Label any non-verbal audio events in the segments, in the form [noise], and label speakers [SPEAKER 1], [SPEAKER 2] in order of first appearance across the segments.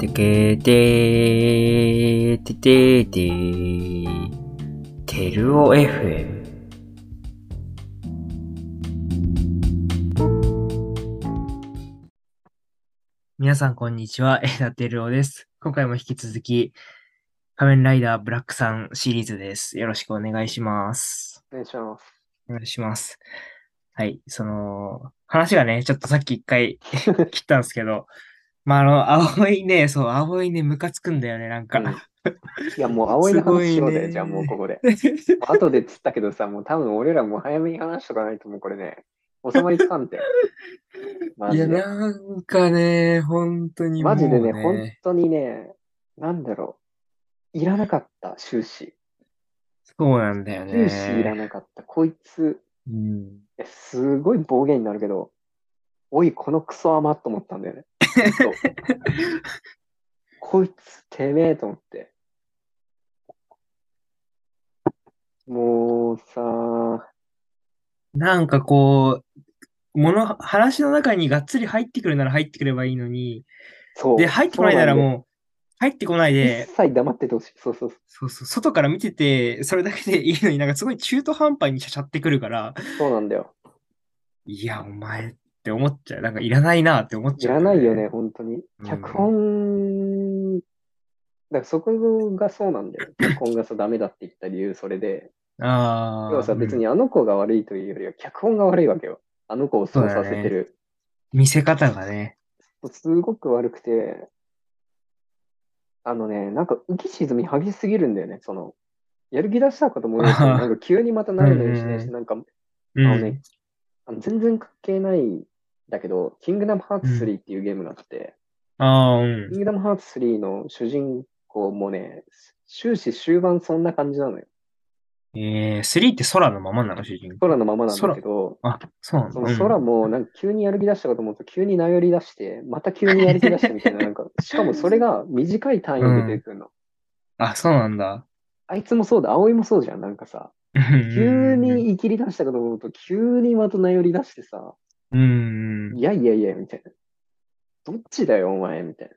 [SPEAKER 1] てけてーててーてーてるお FM 皆さんこんにちは、えだてるおです。今回も引き続き、仮面ライダーブラックさんシリーズです。よろしくお願いします。
[SPEAKER 2] お願いします。
[SPEAKER 1] お願いします。はい、その、話がね、ちょっとさっき一回 [laughs] 切ったんですけど、まあ、あの、青いね、そう、青いね、ムカつくんだよね、なんか。
[SPEAKER 2] うん
[SPEAKER 1] [laughs]
[SPEAKER 2] いや、もう葵の話しよ
[SPEAKER 1] すご
[SPEAKER 2] う
[SPEAKER 1] い
[SPEAKER 2] ぜ、
[SPEAKER 1] ね
[SPEAKER 2] じゃあもうここで。もう後でっつったけどさ、もう多分俺らもう早めに話しとかないともうこれね、収まりつ
[SPEAKER 1] [laughs]
[SPEAKER 2] かんて。マ
[SPEAKER 1] い
[SPEAKER 2] ジ
[SPEAKER 1] や、
[SPEAKER 2] で。
[SPEAKER 1] なんかね、本当にもう
[SPEAKER 2] マジでね、本当にね、なんだろう。いらなかった、終始。
[SPEAKER 1] そうなんだよ
[SPEAKER 2] 終始いら
[SPEAKER 1] ね。
[SPEAKER 2] なかった。こいつ、
[SPEAKER 1] うん、
[SPEAKER 2] いやすごい暴言になるけど、おい、このクソ甘っと思ったんだよね。ずっ
[SPEAKER 1] [laughs]
[SPEAKER 2] とこいつ、てめえと思って。もうさ、
[SPEAKER 1] なんかこう、もの、話の中にがっつり入ってくるなら入ってくればいいのに、
[SPEAKER 2] そう。
[SPEAKER 1] で、入ってこないなら
[SPEAKER 2] う
[SPEAKER 1] もう、入ってこない
[SPEAKER 2] なんだよ、
[SPEAKER 1] で
[SPEAKER 2] 一、切黙っててほしい。そうそうそ
[SPEAKER 1] そうそう、外から見てて、それだけでいいのになんかすごい中途半端にしゃしゃってくるから、
[SPEAKER 2] う。そうなんだよ。
[SPEAKER 1] いや、お前って思っちゃう。なんかいらないなって思っ
[SPEAKER 2] い
[SPEAKER 1] ちゃう、
[SPEAKER 2] らないよね、。本当に
[SPEAKER 1] う。ん
[SPEAKER 2] 脚本、だからそこがそうなんだよ。脚本がさ、ダメだって言った理由、それで。
[SPEAKER 1] ああ。
[SPEAKER 2] 要はさ、別
[SPEAKER 1] うん
[SPEAKER 2] にあの子が悪いというよりは、脚本が悪いわけよ。あの子をそうさせてる。
[SPEAKER 1] 見せ方がね。
[SPEAKER 2] すごく悪くて、あのね、なんか浮き沈み激しすぎるんだよね、その、やる気出したかと思いまし
[SPEAKER 1] [laughs]
[SPEAKER 2] た
[SPEAKER 1] あは
[SPEAKER 2] なんか急にまたなるのにし
[SPEAKER 1] うんう
[SPEAKER 2] ね
[SPEAKER 1] んうん
[SPEAKER 2] なんか、あ
[SPEAKER 1] うん。
[SPEAKER 2] のね、あの全然関係ないんだけど、キングダムハーツ3っていうゲームがあって、
[SPEAKER 1] ああ、うん
[SPEAKER 2] キ。ングダムハーツ3の主人公もね、終始終盤そんな感じなのよ。
[SPEAKER 1] えー、3って空のままなの、主人公。
[SPEAKER 2] 空のままなんだけど、
[SPEAKER 1] あ、そうなんだ。
[SPEAKER 2] その
[SPEAKER 1] うん
[SPEAKER 2] 空もなんか急にやる気出したかと思うと、急に名寄り出して、また急にやる気出して
[SPEAKER 1] [laughs]
[SPEAKER 2] みたいな、なんか、しかもそれが短い単位で出てくるの。
[SPEAKER 1] あ、そうなんだ。
[SPEAKER 2] あいつもそうだ、葵もそうじゃん、なんかさ、 [laughs] 急にいきり出したかと思うと、急にまた名寄り出してさ、
[SPEAKER 1] うん。うん。
[SPEAKER 2] いやいやいや、みたいな。どっちだよ、お前、みたいな。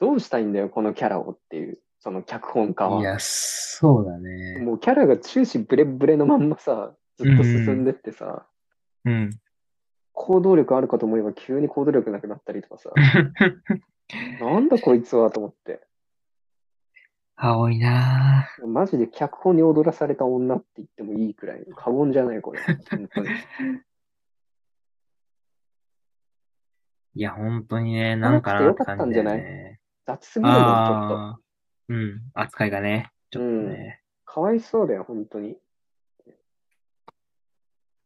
[SPEAKER 2] どうしたいんだよ、このキャラをっていう、その脚本家
[SPEAKER 1] い
[SPEAKER 2] は。
[SPEAKER 1] や、そうだね。
[SPEAKER 2] もうキャラが終始ブレブレのまんまさ、ずっと進んでってさ、
[SPEAKER 1] うん。 [laughs]
[SPEAKER 2] 行動力あるかと思えば急に行動力なくなったりとかさ、なんだこいつはと思って。
[SPEAKER 1] 青いなあ
[SPEAKER 2] マジで脚本に踊らされた女って言ってもいいくらいの過言じゃない、これ。本当に
[SPEAKER 1] いや、本当にね、なんかなって感じだよ
[SPEAKER 2] よかったん
[SPEAKER 1] ね。
[SPEAKER 2] 雑すぎるもん、ちょっと。
[SPEAKER 1] ああー、うん、扱いがね、ちょっとね。
[SPEAKER 2] かわいそうだよ、本当に。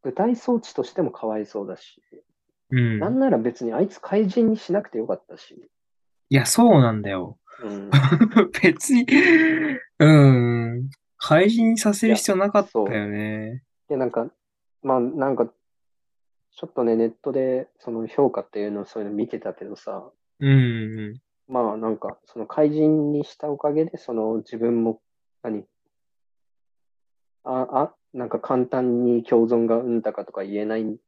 [SPEAKER 2] 舞台装置としてもかわいそうだし、
[SPEAKER 1] うん。
[SPEAKER 2] なんなら別にあいつ怪人にしなくてよかったし、
[SPEAKER 1] いや、そうなんだよ。 [laughs]
[SPEAKER 2] うん、
[SPEAKER 1] 別に、うん。怪人にさせる必要なかったよね。
[SPEAKER 2] で、なんか、まあ、なんか、ちょっとね、ネットでその評価っていうのをそういうの見てたけどさ、
[SPEAKER 1] うんうん。
[SPEAKER 2] まあなんか、その怪人にしたおかげで、その自分も、何あ、あ、なんか簡単に共存がうんたかとか言えない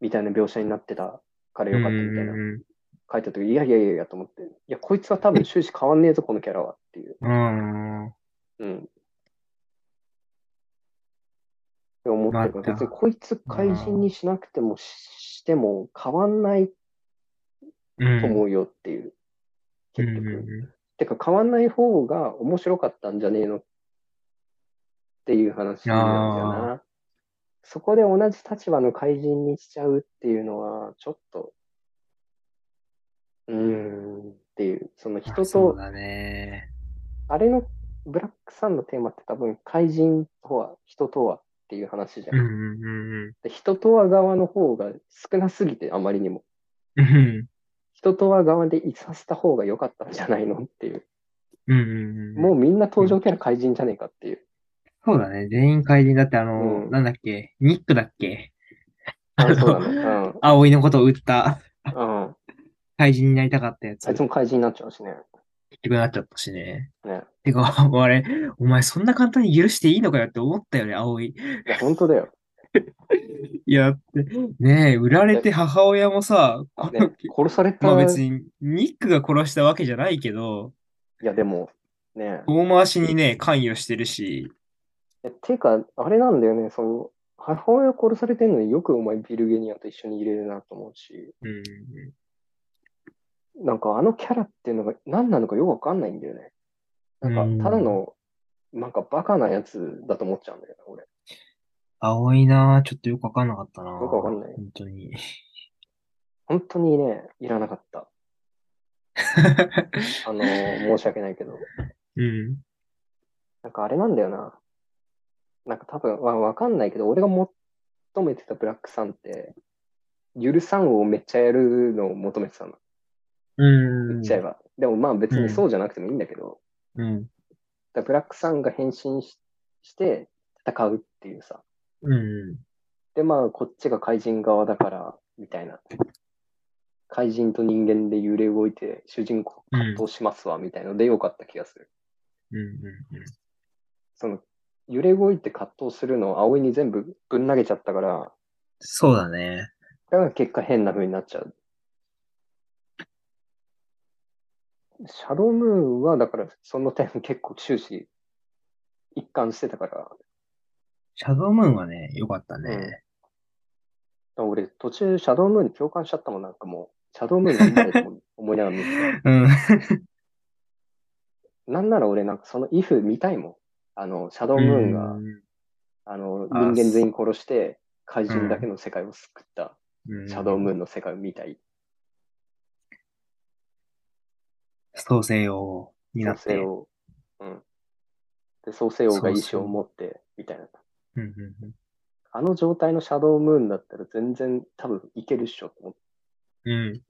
[SPEAKER 2] みたいな描写になってたからよかったみたいな
[SPEAKER 1] う。ん
[SPEAKER 2] 書いた時、いやいやいやいやと思って、いや、こいつは多分終始変わんねえぞ、このキャラはっていう。
[SPEAKER 1] うんうん。
[SPEAKER 2] うん。って思ってるか
[SPEAKER 1] また
[SPEAKER 2] ら、別にこいつ怪人にしなくてもししても変わんない
[SPEAKER 1] うん。
[SPEAKER 2] と思うよっていう。結
[SPEAKER 1] うんうん
[SPEAKER 2] 局。
[SPEAKER 1] う
[SPEAKER 2] てか、変わんない方が面白かったんじゃねえのっていう話なんだよな。そこで同じ立場の怪人にしちゃうっていうのは、ちょっと、うーんっていう、その
[SPEAKER 1] ん。
[SPEAKER 2] 人
[SPEAKER 1] そ
[SPEAKER 2] と
[SPEAKER 1] うだね。
[SPEAKER 2] あれのブラックさんのテーマって多分怪人とは人とはっていう話じゃ
[SPEAKER 1] うん
[SPEAKER 2] ん。
[SPEAKER 1] うんうん
[SPEAKER 2] で人とは側の方が少なすぎてあまりにも。
[SPEAKER 1] うん。うん
[SPEAKER 2] 人とは側でいさせた方が良かったんじゃないのっていう。
[SPEAKER 1] うんうんうん。
[SPEAKER 2] もうみんな登場キャラ怪人じゃねえかっていう。
[SPEAKER 1] そうだね。全員怪人だって、あの、
[SPEAKER 2] うん
[SPEAKER 1] なんだっけ、ニックだっけ。 [laughs]
[SPEAKER 2] あそうだね。
[SPEAKER 1] 葵のことを売った
[SPEAKER 2] うん。うん。
[SPEAKER 1] 怪人になりたかったやつ、
[SPEAKER 2] あいつ
[SPEAKER 1] 結
[SPEAKER 2] も怪人になっちゃうしね。
[SPEAKER 1] 局なっちゃったしね。
[SPEAKER 2] ね。
[SPEAKER 1] てか、 [laughs] あれ、お前そんな簡単に許していいのかよって思ったよね、葵。
[SPEAKER 2] いや、本当だよ。
[SPEAKER 1] いいや、だってねえ、売られて母親もさ、この
[SPEAKER 2] ね、殺され
[SPEAKER 1] [laughs]
[SPEAKER 2] た。
[SPEAKER 1] まあ別にニックが殺したわけじゃないけど、
[SPEAKER 2] いや、でも、ね。
[SPEAKER 1] 遠回しにね、関与してるし、
[SPEAKER 2] えてか、あれなんだよね、その、母親殺されてんのによくお前ビルゲニアと一緒にいれるなと思うし、
[SPEAKER 1] うん、
[SPEAKER 2] なんかあのキャラっていうのが何なのかよくわかんないんだよね。なんか、ただの、なんかバカなやつだと思っちゃうんだよね、俺。
[SPEAKER 1] 青いなぁ、ちょっとよくわかんなかったなぁ。
[SPEAKER 2] よくわかんない
[SPEAKER 1] 本当に。 [laughs]
[SPEAKER 2] 本当にね、いらなかった。あの、申し訳ないけど。
[SPEAKER 1] うん。
[SPEAKER 2] なんかあれなんだよな。なんか多分、わ、わかんないけど、俺が求めてたブラックさんって、ゆるさんをめっちゃやるのを求めてたの。
[SPEAKER 1] うん。
[SPEAKER 2] 言っちゃえば。でもまあ別にそうじゃなくてもいいんだけど、
[SPEAKER 1] うん。
[SPEAKER 2] だからブラックさんが変身しして戦うっていうさ。
[SPEAKER 1] うん。
[SPEAKER 2] でまあこっちが怪人側だから、みたいな。怪人と人間で揺れ動いて主人公葛藤しますわ、みたいのでよかった気がする。
[SPEAKER 1] うん。うん。
[SPEAKER 2] その、揺れ動いて葛藤するのを葵に全部ぶん投げちゃったから、
[SPEAKER 1] そうだね。
[SPEAKER 2] だから結果変な風になっちゃう。シャドウムーンは、だから、その点結構終始一貫してたから、
[SPEAKER 1] シャドウムーンはね、よかったね。
[SPEAKER 2] 俺途中シャドウムーンに共感しちゃったもん、なんかもう、シャドウムーン頑張れと思思いながら見てた
[SPEAKER 1] うん。
[SPEAKER 2] なんなら俺なんかそのイフ見たいもん。あの、シャドウムーンが、あの、
[SPEAKER 1] あ
[SPEAKER 2] 人間全員殺して、怪人だけの世界を救った、
[SPEAKER 1] うん
[SPEAKER 2] シャドウムーンの世界を見たい。
[SPEAKER 1] 創世王にな
[SPEAKER 2] 創
[SPEAKER 1] っ
[SPEAKER 2] 世
[SPEAKER 1] て。
[SPEAKER 2] 王。うん。で、創世王が意志を持って、みたいな。
[SPEAKER 1] うんうん
[SPEAKER 2] あの状態のシャドウムーンだったら全然多分いけるっしょと思って。
[SPEAKER 1] うん。うん。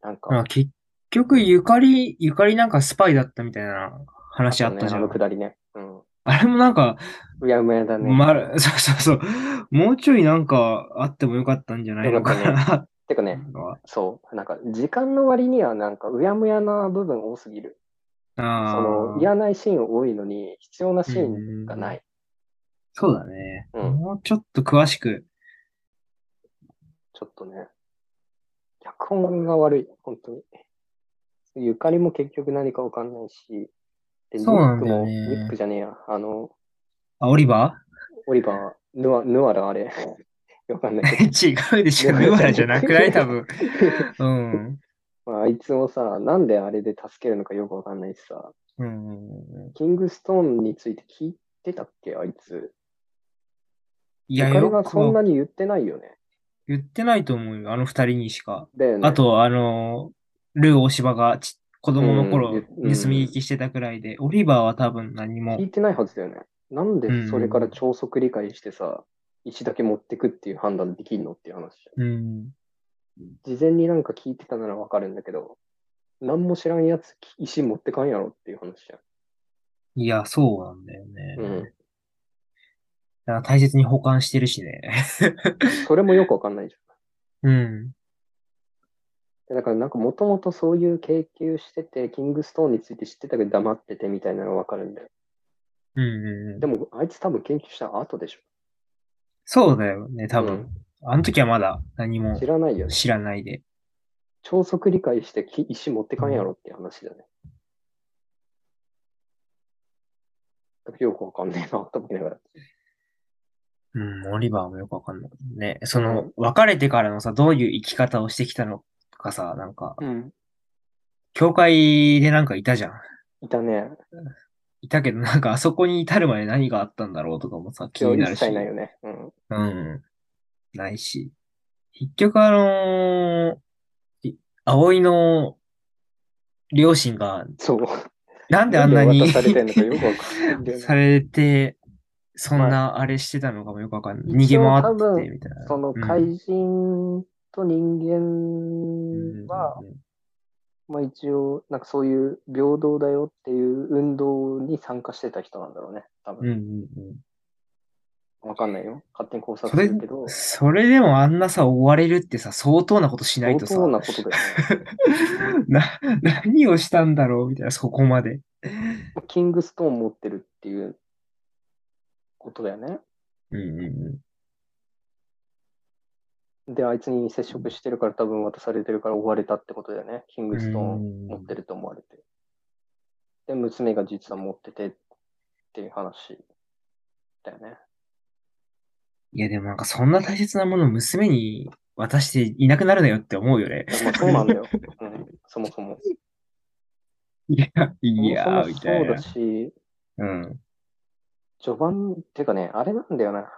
[SPEAKER 2] なんか、
[SPEAKER 1] まあ結局、ゆかり、ゆかりなんかスパイだったみたいな話あ
[SPEAKER 2] ね
[SPEAKER 1] ったじゃ
[SPEAKER 2] あの
[SPEAKER 1] ん。
[SPEAKER 2] くだりね。うん。
[SPEAKER 1] あれもなんか、
[SPEAKER 2] うやむやだね。
[SPEAKER 1] まる、 [laughs] そうそうそう。もうちょいなんかあってもよかったんじゃないのか
[SPEAKER 2] よか
[SPEAKER 1] なって
[SPEAKER 2] てか
[SPEAKER 1] い
[SPEAKER 2] ね、
[SPEAKER 1] うのは。
[SPEAKER 2] そう。なんか、時間の割にはなんか、うやむやな部分多すぎる。そ
[SPEAKER 1] [laughs] ああ。
[SPEAKER 2] の、いらないシーン多いのに、必要なシーンがない。
[SPEAKER 1] そうだね。
[SPEAKER 2] うん
[SPEAKER 1] もうちょっと詳しく。
[SPEAKER 2] ちょっとね。脚本が悪い、本当に。ゆかりも結局何かわかんないし、で、ニ
[SPEAKER 1] そうな
[SPEAKER 2] ッ
[SPEAKER 1] ん
[SPEAKER 2] ク
[SPEAKER 1] だよ
[SPEAKER 2] も、
[SPEAKER 1] ね
[SPEAKER 2] ニックじゃねえや。あの、
[SPEAKER 1] あ、オリバ
[SPEAKER 2] オリバー、ヌア、ヌアラ
[SPEAKER 1] [laughs]
[SPEAKER 2] あれ。わかん [laughs] ないけど。
[SPEAKER 1] ー違うでしょ。ルバラじゃなくない多分。うん。
[SPEAKER 2] まあ、あいつもさ、なんであれで助けるのかよくわかんないしさ、
[SPEAKER 1] うん。
[SPEAKER 2] キングストーンについて聞いてたっけ、あいつ。
[SPEAKER 1] い
[SPEAKER 2] ゆ
[SPEAKER 1] や、
[SPEAKER 2] かり
[SPEAKER 1] よ
[SPEAKER 2] が
[SPEAKER 1] く
[SPEAKER 2] そんな
[SPEAKER 1] は
[SPEAKER 2] に言ってないよね。
[SPEAKER 1] 言ってないと思うよ。あの二人にしか。
[SPEAKER 2] だよね。
[SPEAKER 1] あ、と、あの、ルー大柴がち子供の頃
[SPEAKER 2] うん
[SPEAKER 1] 盗み聞きしてたくらいで、オリバーは多分何も
[SPEAKER 2] 聞。いてないはずだよね。なんでそれから超速理解してさ、石だけ持ってくっていう判断できるのっていう話じ
[SPEAKER 1] うん。
[SPEAKER 2] ゃん。事前になんか聞いてたならわかるんだけど、なんも知らんやつ、石持ってかんやろっていう話じ
[SPEAKER 1] いや、そうなんだよね。
[SPEAKER 2] ゃん。うん。
[SPEAKER 1] だから大切に保管してるしね。 [laughs]
[SPEAKER 2] それもよくわかんないじゃん。
[SPEAKER 1] うん。
[SPEAKER 2] でだからなんかもともとそういう研究してて、キングストーンについて知ってたけど黙っててみたいなのがわかるんだよ。
[SPEAKER 1] うんうんうん
[SPEAKER 2] でもあいつ多分研究した後でしょ。
[SPEAKER 1] そうだよね、多分。あの時はまだ何も
[SPEAKER 2] 知らないよね。
[SPEAKER 1] 知らないで。
[SPEAKER 2] 超速理解してき石持ってかんやろっていう話だね。よくわかんねえなと思いながら。
[SPEAKER 1] うん、オリバーもよくわかんない。ね、その、別れてからのさ、どういう生き方をしてきたのかさ、なんか、
[SPEAKER 2] うん。
[SPEAKER 1] 教会でなんかいたじゃん。
[SPEAKER 2] いたね。
[SPEAKER 1] いたけど、なんかあそこに至るまで何があったんだろうとかもさ、気
[SPEAKER 2] 今
[SPEAKER 1] に
[SPEAKER 2] 日
[SPEAKER 1] なる
[SPEAKER 2] 一
[SPEAKER 1] し。
[SPEAKER 2] 切ないよね。うん。
[SPEAKER 1] うん。ないし。結局あのー、い葵の両親が、
[SPEAKER 2] そう。
[SPEAKER 1] なんであんなに
[SPEAKER 2] 渡されてんのかよくわかんないんだ
[SPEAKER 1] [laughs]
[SPEAKER 2] よ
[SPEAKER 1] さ
[SPEAKER 2] ね。
[SPEAKER 1] れて、そんなあれしてたのかもよくわかんない。逃げ回ってみたいな。
[SPEAKER 2] その
[SPEAKER 1] うん
[SPEAKER 2] 怪人と人間は、
[SPEAKER 1] うんうんうん
[SPEAKER 2] まあ一応、なんかそういう平等だよっていう運動に参加してた人なんだろうね。多
[SPEAKER 1] うんう
[SPEAKER 2] 分。
[SPEAKER 1] ん
[SPEAKER 2] わかんないよ。勝手に考察
[SPEAKER 1] そ
[SPEAKER 2] す
[SPEAKER 1] れ
[SPEAKER 2] るけど
[SPEAKER 1] うん。、それでもあんなさ、追われるってさ、相当なことしない
[SPEAKER 2] 相
[SPEAKER 1] とさ、
[SPEAKER 2] 当なことだよね。
[SPEAKER 1] [laughs] な、何をしたんだろうみたいな、そこまで。
[SPEAKER 2] キングストーン持ってるっていうことだよね。
[SPEAKER 1] うんう
[SPEAKER 2] で、あいつに接触してるから多分渡されてるから追われたってことだよね。キングストーン
[SPEAKER 1] ん
[SPEAKER 2] 持ってると思われて。で、娘が実は持っててっていう話だよね。
[SPEAKER 1] いや、でもなんかそんな大切なものを娘に渡していなくなるなよって思うよね。 [laughs]
[SPEAKER 2] まあ、そうなんだよ。うん、そもそも。
[SPEAKER 1] いや、いや
[SPEAKER 2] そも
[SPEAKER 1] ー、み
[SPEAKER 2] そも
[SPEAKER 1] たい
[SPEAKER 2] そうだ
[SPEAKER 1] な。
[SPEAKER 2] し、
[SPEAKER 1] うん。
[SPEAKER 2] 序盤っていうかね、あれなんだよな。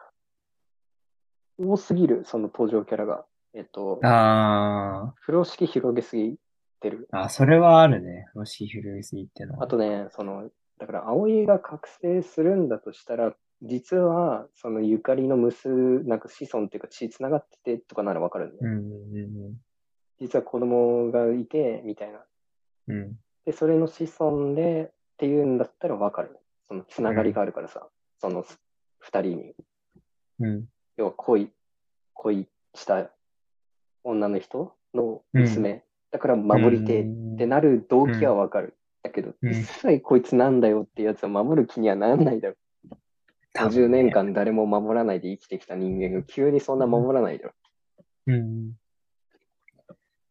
[SPEAKER 2] 多すぎる、その登場キャラが。えっと、
[SPEAKER 1] あ
[SPEAKER 2] 風呂敷広げすぎてる。
[SPEAKER 1] ーあ、それはあるね。もし古いすぎっての
[SPEAKER 2] あ
[SPEAKER 1] は。
[SPEAKER 2] とね、その、だから、葵が覚醒するんだとしたら、実は、そのゆかりの娘、なんか子孫っていうか血繋がっててとかならわかるんだよ。
[SPEAKER 1] うん、う
[SPEAKER 2] 実は子供がいて、みたいな。
[SPEAKER 1] ん、うん。
[SPEAKER 2] で、それの子孫でっていうんだったらわかる。そのつながりがあるからさ、その二人に。
[SPEAKER 1] うん、
[SPEAKER 2] 要は恋、恋した女の人の娘。だから守りてえってなる動機はわかる。だけど、
[SPEAKER 1] うん
[SPEAKER 2] 一切こいつなんだよってやつは守る気にはなんないだろ。
[SPEAKER 1] 多
[SPEAKER 2] 50
[SPEAKER 1] 分ね
[SPEAKER 2] 年間誰も守らないで生きてきた人間が急にそんな守らないだろ。
[SPEAKER 1] うん。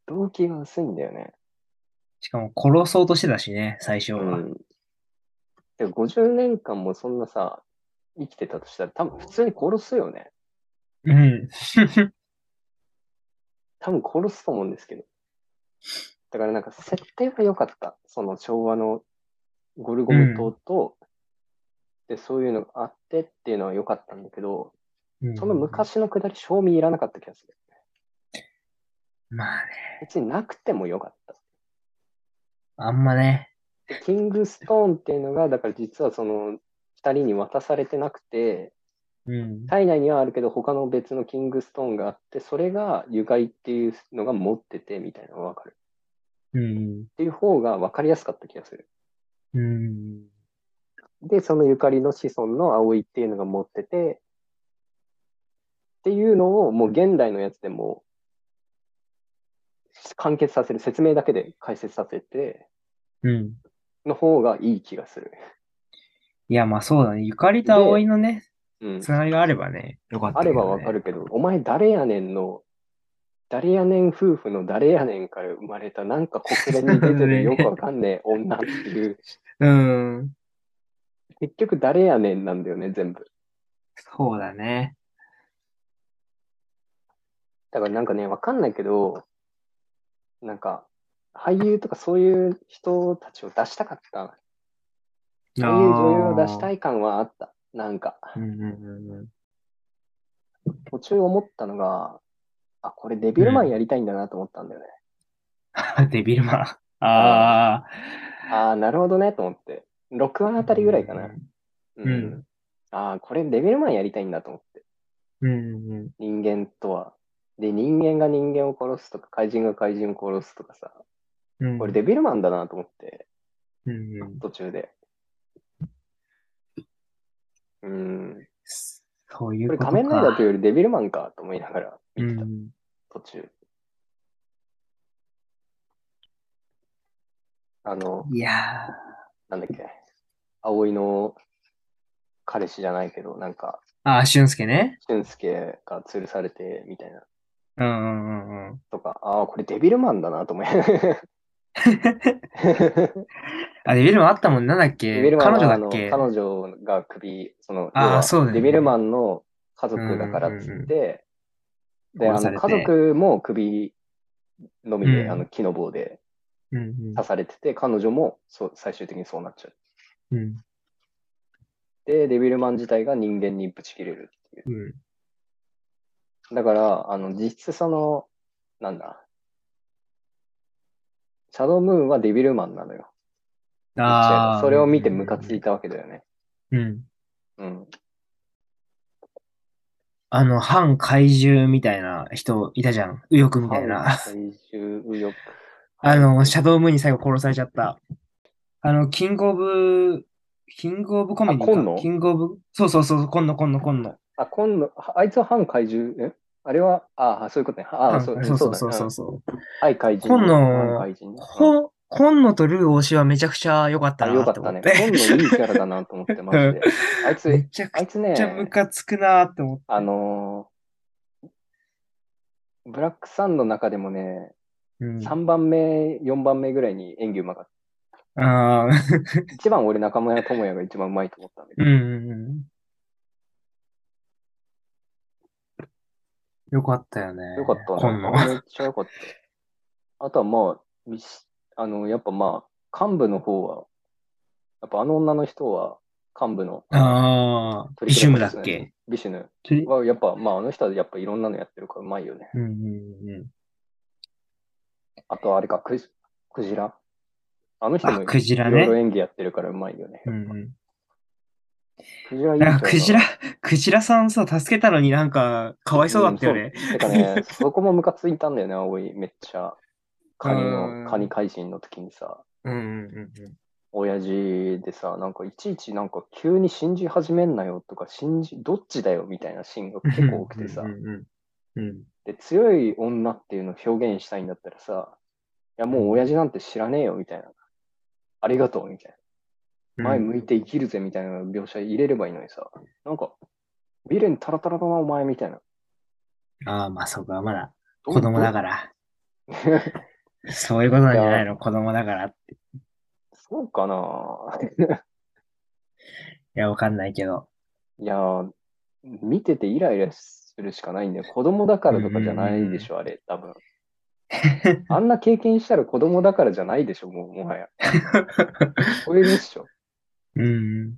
[SPEAKER 2] 動機が薄いんだよね。
[SPEAKER 1] しかも殺そうとしてたしね、最初
[SPEAKER 2] う
[SPEAKER 1] は。
[SPEAKER 2] ん。でも50年間もそんなさ、生きてたとしたら多分普通に殺すよね。
[SPEAKER 1] うん。
[SPEAKER 2] 多分殺すと思うんですけど。だからなんか設定は良かった。その昭和のゴルゴム島と、で、そういうのがあってっていうのは良かったんだけど、その昔のくだり、賞味いらなかった気がする。
[SPEAKER 1] うん。まあね、
[SPEAKER 2] 別になくても良かった。
[SPEAKER 1] あんまね。
[SPEAKER 2] でキングストーンっていうのが、だから実はその2人に渡されてなくて、
[SPEAKER 1] うん。
[SPEAKER 2] 体内にはあるけど、他の別のキングストーンがあって、それがゆかりっていうのが持っててみたいなのが分かる。
[SPEAKER 1] うん。
[SPEAKER 2] っていう方が分かりやすかった気がする。
[SPEAKER 1] うん。
[SPEAKER 2] で、そのゆかりの子孫の葵っていうのが持ってて、っていうのをもう現代のやつでも完結させる、説明だけで解説させて
[SPEAKER 1] うん。
[SPEAKER 2] の方がいい気がする。
[SPEAKER 1] いや、まあそうだね。ゆかりと葵のね、
[SPEAKER 2] うん
[SPEAKER 1] つ。ながりがあればね、よかった
[SPEAKER 2] あ
[SPEAKER 1] け
[SPEAKER 2] れ
[SPEAKER 1] どね
[SPEAKER 2] ば分かるけど、お前誰やねんの、誰やねん夫婦の誰やねんから生まれた、なんか国連に出てるよくわかんねえ女っていう、
[SPEAKER 1] うん。
[SPEAKER 2] 結局誰やねんなんだよね、全部。
[SPEAKER 1] そうだね。
[SPEAKER 2] だからなんかね、わかんないけど、なんか、俳優とかそういう人たちを出したかった。そういう女優を出した
[SPEAKER 1] い。
[SPEAKER 2] い感はあった。なんか、
[SPEAKER 1] うんうんうんうん。
[SPEAKER 2] 途中思ったのが、あ、これデビルマンやりたいんだなと思ったんだよね。
[SPEAKER 1] あ [laughs] デビルマン。ああ。
[SPEAKER 2] ああ、なるほどね、と思って。6話あたりぐらいかな。うん。
[SPEAKER 1] うん
[SPEAKER 2] ああ、これデビルマンやりたいんだと思って。
[SPEAKER 1] うんうん
[SPEAKER 2] 人間とは。で、人間が人間を殺すとか、怪人が怪人を殺すとかさ、
[SPEAKER 1] うん。
[SPEAKER 2] これデビルマンだなと思って。
[SPEAKER 1] うんうん。
[SPEAKER 2] 途中で。うん。
[SPEAKER 1] そういう
[SPEAKER 2] これ
[SPEAKER 1] ことか。
[SPEAKER 2] 仮面ライダーというよりデビルマンかと思いながら見てた、
[SPEAKER 1] うん
[SPEAKER 2] 途中。あの、
[SPEAKER 1] いや
[SPEAKER 2] なんだっけ、葵の彼氏じゃないけど、なんか、
[SPEAKER 1] ー。ああ、俊介ね。
[SPEAKER 2] 俊介が吊るされてみたいな
[SPEAKER 1] うんうんうんうん。
[SPEAKER 2] とか、ああ、これデビルマンだなと思い
[SPEAKER 1] あ、デビルマンあったもん。なんだっ
[SPEAKER 2] デ
[SPEAKER 1] け
[SPEAKER 2] ビルマン
[SPEAKER 1] 彼女
[SPEAKER 2] は
[SPEAKER 1] だ
[SPEAKER 2] あの
[SPEAKER 1] っけ
[SPEAKER 2] 彼女が首、その、
[SPEAKER 1] あー
[SPEAKER 2] 要は
[SPEAKER 1] そうだよね
[SPEAKER 2] デビルマンの家族だからっつって、で、あ
[SPEAKER 1] 殺さ
[SPEAKER 2] の
[SPEAKER 1] れて
[SPEAKER 2] 家族も首のみで、
[SPEAKER 1] うん
[SPEAKER 2] あの木の棒で
[SPEAKER 1] うん
[SPEAKER 2] 刺されてて、彼女もそう最終的にそうなっちゃう。
[SPEAKER 1] うんうん
[SPEAKER 2] で、デビルマン自体が人間にぶち切れるってい
[SPEAKER 1] うん
[SPEAKER 2] う。だから、あの実質その、なんだ、シャドームーンはデビルマンなのよ。
[SPEAKER 1] ああ。
[SPEAKER 2] それを見てムカついたわけだよね。
[SPEAKER 1] うん。
[SPEAKER 2] うん。
[SPEAKER 1] あの、反怪獣みたいな人いたじゃん。右翼みたいな。
[SPEAKER 2] 反怪獣右翼。
[SPEAKER 1] あの、シャドウムーンに最後殺されちゃった。あの、キングオブ、キングオブコメディか
[SPEAKER 2] あ今野
[SPEAKER 1] キングオブ、そうそうそう、今野、今野、今野。
[SPEAKER 2] あ、今度、ああいつは反怪獣、えあれは、ああ、そういうことね。あ
[SPEAKER 1] う
[SPEAKER 2] あ、
[SPEAKER 1] ん
[SPEAKER 2] そう
[SPEAKER 1] そうそう
[SPEAKER 2] だ
[SPEAKER 1] そう
[SPEAKER 2] ね
[SPEAKER 1] そううんそう。
[SPEAKER 2] はい、怪人。
[SPEAKER 1] 今野
[SPEAKER 2] 反怪人。
[SPEAKER 1] ほ、今野とルー大島はめちゃくちゃ良かった
[SPEAKER 2] あ、
[SPEAKER 1] な
[SPEAKER 2] よかっ
[SPEAKER 1] と
[SPEAKER 2] た
[SPEAKER 1] 思
[SPEAKER 2] ね
[SPEAKER 1] っ。て。
[SPEAKER 2] 今度いいキャラだなと思って、マジ
[SPEAKER 1] [laughs]
[SPEAKER 2] で。あい
[SPEAKER 1] め
[SPEAKER 2] つ、
[SPEAKER 1] ちゃ
[SPEAKER 2] あ
[SPEAKER 1] く
[SPEAKER 2] いつね
[SPEAKER 1] ち、ゃムカつくなって思って。
[SPEAKER 2] あのーブラックサンの中でもね、
[SPEAKER 1] うん、
[SPEAKER 2] 3番目、4番目ぐらいに演技うまかった。
[SPEAKER 1] あー
[SPEAKER 2] 一番俺中村智也が一番うまいと思ったんだけ
[SPEAKER 1] う
[SPEAKER 2] ど、
[SPEAKER 1] んうんうん。よかったよね。
[SPEAKER 2] よかった
[SPEAKER 1] 今野。
[SPEAKER 2] [laughs] めっちゃよかった。あとはまあ、みしあの、やっぱまあ、幹部の方は、やっぱあの女の人は、幹部の
[SPEAKER 1] ああ、
[SPEAKER 2] ト
[SPEAKER 1] ビ
[SPEAKER 2] リ
[SPEAKER 1] シ
[SPEAKER 2] プ
[SPEAKER 1] ュ
[SPEAKER 2] ル
[SPEAKER 1] ム
[SPEAKER 2] ボ
[SPEAKER 1] だっ
[SPEAKER 2] ックスのやつ
[SPEAKER 1] け
[SPEAKER 2] ビシュヌ
[SPEAKER 1] トリ
[SPEAKER 2] は、やっぱまあ、あの人はやっぱいろんなのやってるからうまいよね。
[SPEAKER 1] うんうんうん。
[SPEAKER 2] あとはあれか、クジクジラあの人
[SPEAKER 1] あ、
[SPEAKER 2] もい
[SPEAKER 1] クジラ
[SPEAKER 2] ろいろ
[SPEAKER 1] ね。
[SPEAKER 2] 演技やってるからうまいよね。
[SPEAKER 1] うんうん。
[SPEAKER 2] クジラいい
[SPEAKER 1] なん
[SPEAKER 2] 人
[SPEAKER 1] かクジラ、クジラさんさ、助けたのになんか、かわいそうだったよね。
[SPEAKER 2] うんそうてかね、そこもムカついたんだよね、葵めっちゃ。カニ
[SPEAKER 1] うん
[SPEAKER 2] の、カニ怪人の時にさ、
[SPEAKER 1] うんうんうんうん。
[SPEAKER 2] 親父でさ、なんかいちいちなんか急に信じ始めんなよとか、信じ、どっちだよみたいなシーンが結構多くてさ
[SPEAKER 1] う、んうんうんうん。
[SPEAKER 2] で、強い女っていうのを表現したいんだったらさ、いやもう親父なんて知らねえよみたいな。ありがとうみたい
[SPEAKER 1] うん
[SPEAKER 2] な。前向いて生きるぜみたいな描写入れればいいのにさ、なんか、ビレンタラタラだなお前みたいな。
[SPEAKER 1] ああ、まあそこはまだ子供だ
[SPEAKER 2] ら。
[SPEAKER 1] から。そういうことなんじゃないの子供だからって。い
[SPEAKER 2] [laughs] そうかな
[SPEAKER 1] や、わかんないけど。
[SPEAKER 2] いやー、見ててイライラするしかないんだよ。子供だからとかじゃないでしょ、あれ、多分。あんな経験したら子供だからじゃないでしょ、もう、もはや。これでしょ。
[SPEAKER 1] うん。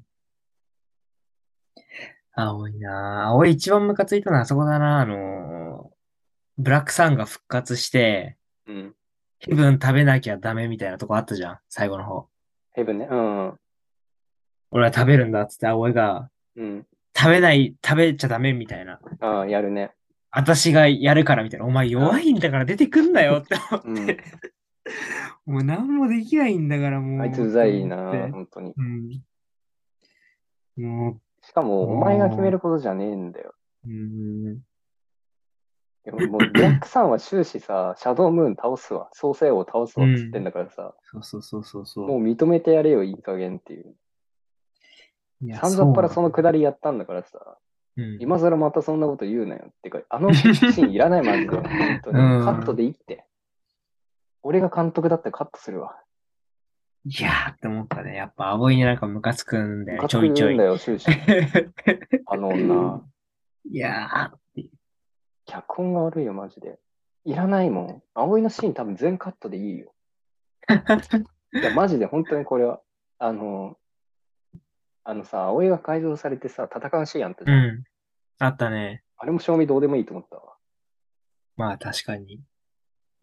[SPEAKER 1] 青いなぁ。青い一番ムカついたのはあそこだなぁ。あのーブラックサンが復活して、
[SPEAKER 2] うん。
[SPEAKER 1] ヘブン食べなきゃダメみたいなとこあったじゃん。最後の方。
[SPEAKER 2] ヘブンね。うん。
[SPEAKER 1] 俺は食べるんだっつって葵が、
[SPEAKER 2] うん。
[SPEAKER 1] 食べない、食べちゃダメみたいな。
[SPEAKER 2] ああ、やるね。
[SPEAKER 1] 私がやるからみたいな。お前弱いんだから出てくんなよって [laughs]
[SPEAKER 2] う
[SPEAKER 1] 思って。
[SPEAKER 2] [laughs] ん。
[SPEAKER 1] もう何もできないんだからもう。
[SPEAKER 2] あいつうざいな
[SPEAKER 1] と思って
[SPEAKER 2] 本当に。
[SPEAKER 1] うん。も
[SPEAKER 2] しかも、お前が決めることじゃねえんだよ。
[SPEAKER 1] う、うん。
[SPEAKER 2] でも、もう、 [laughs] ブラックさんは終始さ、シャドームーン倒すわ、創世王を倒すわっつってんだからさ、
[SPEAKER 1] そうそうそうそうそう。
[SPEAKER 2] もう認めてやれよ、いい加減っていう。
[SPEAKER 1] いや
[SPEAKER 2] 散々っぱらそのくだりやったんだからさ、
[SPEAKER 1] そううん
[SPEAKER 2] 今更またそんなこと言うなよ。ってか、あのシーンいらないマ
[SPEAKER 1] [laughs]
[SPEAKER 2] ジで。本当に
[SPEAKER 1] うん
[SPEAKER 2] カットでいいって。俺が監督だったらカットするわ。
[SPEAKER 1] いやーって思ったね。やっぱ、葵になんかムカつくんだよね、ちょいちょ
[SPEAKER 2] 言う
[SPEAKER 1] い
[SPEAKER 2] んだ。よ、終始。 [laughs] あの女。
[SPEAKER 1] [laughs] いや
[SPEAKER 2] 脚本が悪いよ、マジで。いらないもん。葵のシーン多分全カットでいいよ。
[SPEAKER 1] ー。 [laughs]
[SPEAKER 2] いや、マジで本当にこれは。あの、あのさ、葵が改造されてさ、戦うシーンあったじ
[SPEAKER 1] う
[SPEAKER 2] ゃん。
[SPEAKER 1] ん。あったね。
[SPEAKER 2] あれも賞味どうでもいいと思ったわ。
[SPEAKER 1] まあ、確かに。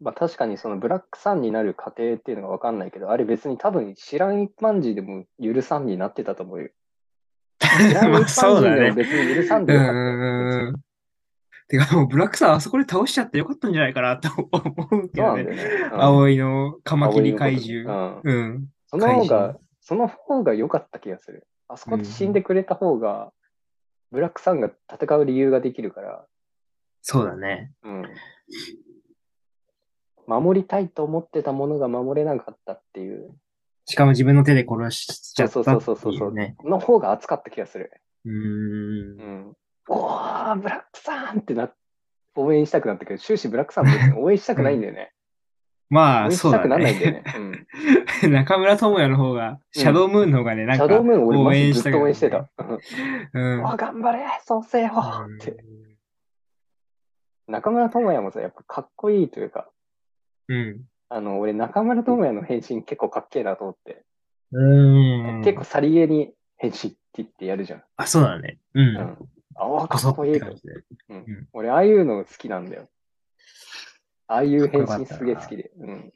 [SPEAKER 2] まあ確かにそのブラックさんになる過程っていうのがわかんないけど、あれ別に多分知らん一般人でも許さんになってたと思うよ。知ら
[SPEAKER 1] [laughs]
[SPEAKER 2] ん
[SPEAKER 1] ま
[SPEAKER 2] 一
[SPEAKER 1] あ、そ
[SPEAKER 2] 般
[SPEAKER 1] うだ
[SPEAKER 2] 人でも
[SPEAKER 1] ね。
[SPEAKER 2] 別に許さんで
[SPEAKER 1] う
[SPEAKER 2] よ
[SPEAKER 1] ん
[SPEAKER 2] かったよ
[SPEAKER 1] うんうん。てか、もう、ブラックさん、あそこで倒しちゃってよかったんじゃないかなと思うけ
[SPEAKER 2] そう
[SPEAKER 1] ど
[SPEAKER 2] なんだよ
[SPEAKER 1] ね。
[SPEAKER 2] ね。うん
[SPEAKER 1] 葵のカマキリ怪
[SPEAKER 2] う
[SPEAKER 1] 獣。
[SPEAKER 2] ん。
[SPEAKER 1] うん。
[SPEAKER 2] その方
[SPEAKER 1] 怪
[SPEAKER 2] が、その方が良かった気がする。あそこで死んでくれた方が、ブラックさんが戦う理由ができるから、
[SPEAKER 1] そうだね。
[SPEAKER 2] うん。守りたいと思ってたものが守れなかったっていう
[SPEAKER 1] しかも自分の手で殺しちゃったっていね。
[SPEAKER 2] そうそうそうそう
[SPEAKER 1] ね。
[SPEAKER 2] の方が熱かった気がする。
[SPEAKER 1] うーん。
[SPEAKER 2] うんおー、ブラックさんってな、応援したくなったけど、終始ブラックさん
[SPEAKER 1] [laughs]
[SPEAKER 2] 別に応援したくないんだよね。
[SPEAKER 1] ま
[SPEAKER 2] 応
[SPEAKER 1] あ、
[SPEAKER 2] 援
[SPEAKER 1] そ
[SPEAKER 2] し
[SPEAKER 1] う
[SPEAKER 2] た
[SPEAKER 1] だ
[SPEAKER 2] くならないん
[SPEAKER 1] ね
[SPEAKER 2] だ。よね。
[SPEAKER 1] [laughs]
[SPEAKER 2] うん
[SPEAKER 1] 中村智也の方が、シャドームーンの方がね、
[SPEAKER 2] シ
[SPEAKER 1] なん
[SPEAKER 2] ャ
[SPEAKER 1] か、
[SPEAKER 2] ドームーン俺
[SPEAKER 1] 応
[SPEAKER 2] マ
[SPEAKER 1] 援
[SPEAKER 2] ジ
[SPEAKER 1] し
[SPEAKER 2] ず
[SPEAKER 1] た
[SPEAKER 2] っ
[SPEAKER 1] く
[SPEAKER 2] と
[SPEAKER 1] な
[SPEAKER 2] 応
[SPEAKER 1] る
[SPEAKER 2] 援してた。うん
[SPEAKER 1] うん
[SPEAKER 2] おー、頑張れ、創世王って。中村智也もさ、やっぱかっこいいというか、
[SPEAKER 1] うん。
[SPEAKER 2] あの、俺中村智也の変身結構かっけえなと思って、
[SPEAKER 1] うん。
[SPEAKER 2] 結構さりげに変身って言ってやるじゃん。
[SPEAKER 1] あ、そうだね。うん。
[SPEAKER 2] うん。あー
[SPEAKER 1] こ
[SPEAKER 2] か
[SPEAKER 1] そ
[SPEAKER 2] っこい
[SPEAKER 1] っ
[SPEAKER 2] い
[SPEAKER 1] て。感じで。
[SPEAKER 2] 俺、ああいうの好きなんだよ。ああいう変
[SPEAKER 1] かっこ
[SPEAKER 2] 身
[SPEAKER 1] よかったな
[SPEAKER 2] すげえ好きで。うん。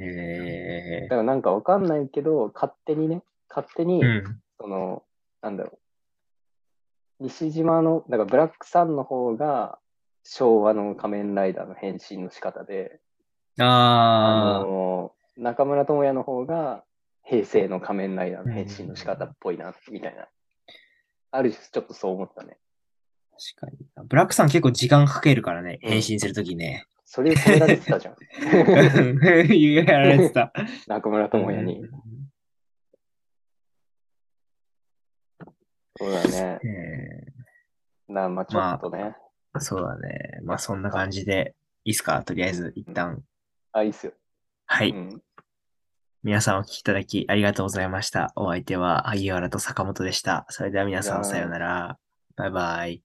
[SPEAKER 1] え
[SPEAKER 2] だからなんかわかんないけど、勝手にね、勝手に、
[SPEAKER 1] ー。うん。
[SPEAKER 2] その、なんだろう。西島の、だからブラックさんの方が、昭和の仮面ライダーの変身の仕方で、あ
[SPEAKER 1] あー。
[SPEAKER 2] の、中村智也の方が、平成の仮面ライダーの変身の仕方っぽいな、みたいな。ある種、ちょっとそう思ったね。
[SPEAKER 1] 確かに。ブラックさん結構時間かけるからね、変身するときね。 [laughs]
[SPEAKER 2] それを止められてたじゃん。
[SPEAKER 1] 言やられてた。
[SPEAKER 2] 中村智也に
[SPEAKER 1] うん。。
[SPEAKER 2] そうだね。
[SPEAKER 1] え
[SPEAKER 2] な、まあちょっとね。
[SPEAKER 1] ーそうだね。まあそんな感じで、いいっすかとりあえず一旦。
[SPEAKER 2] あ、いいっすよ。
[SPEAKER 1] は
[SPEAKER 2] う
[SPEAKER 1] い。
[SPEAKER 2] ん。
[SPEAKER 1] 皆さんお聞きいただきありがとうございました。お相手は萩原と坂本でした。それでは皆さんさようなら。バイバイ。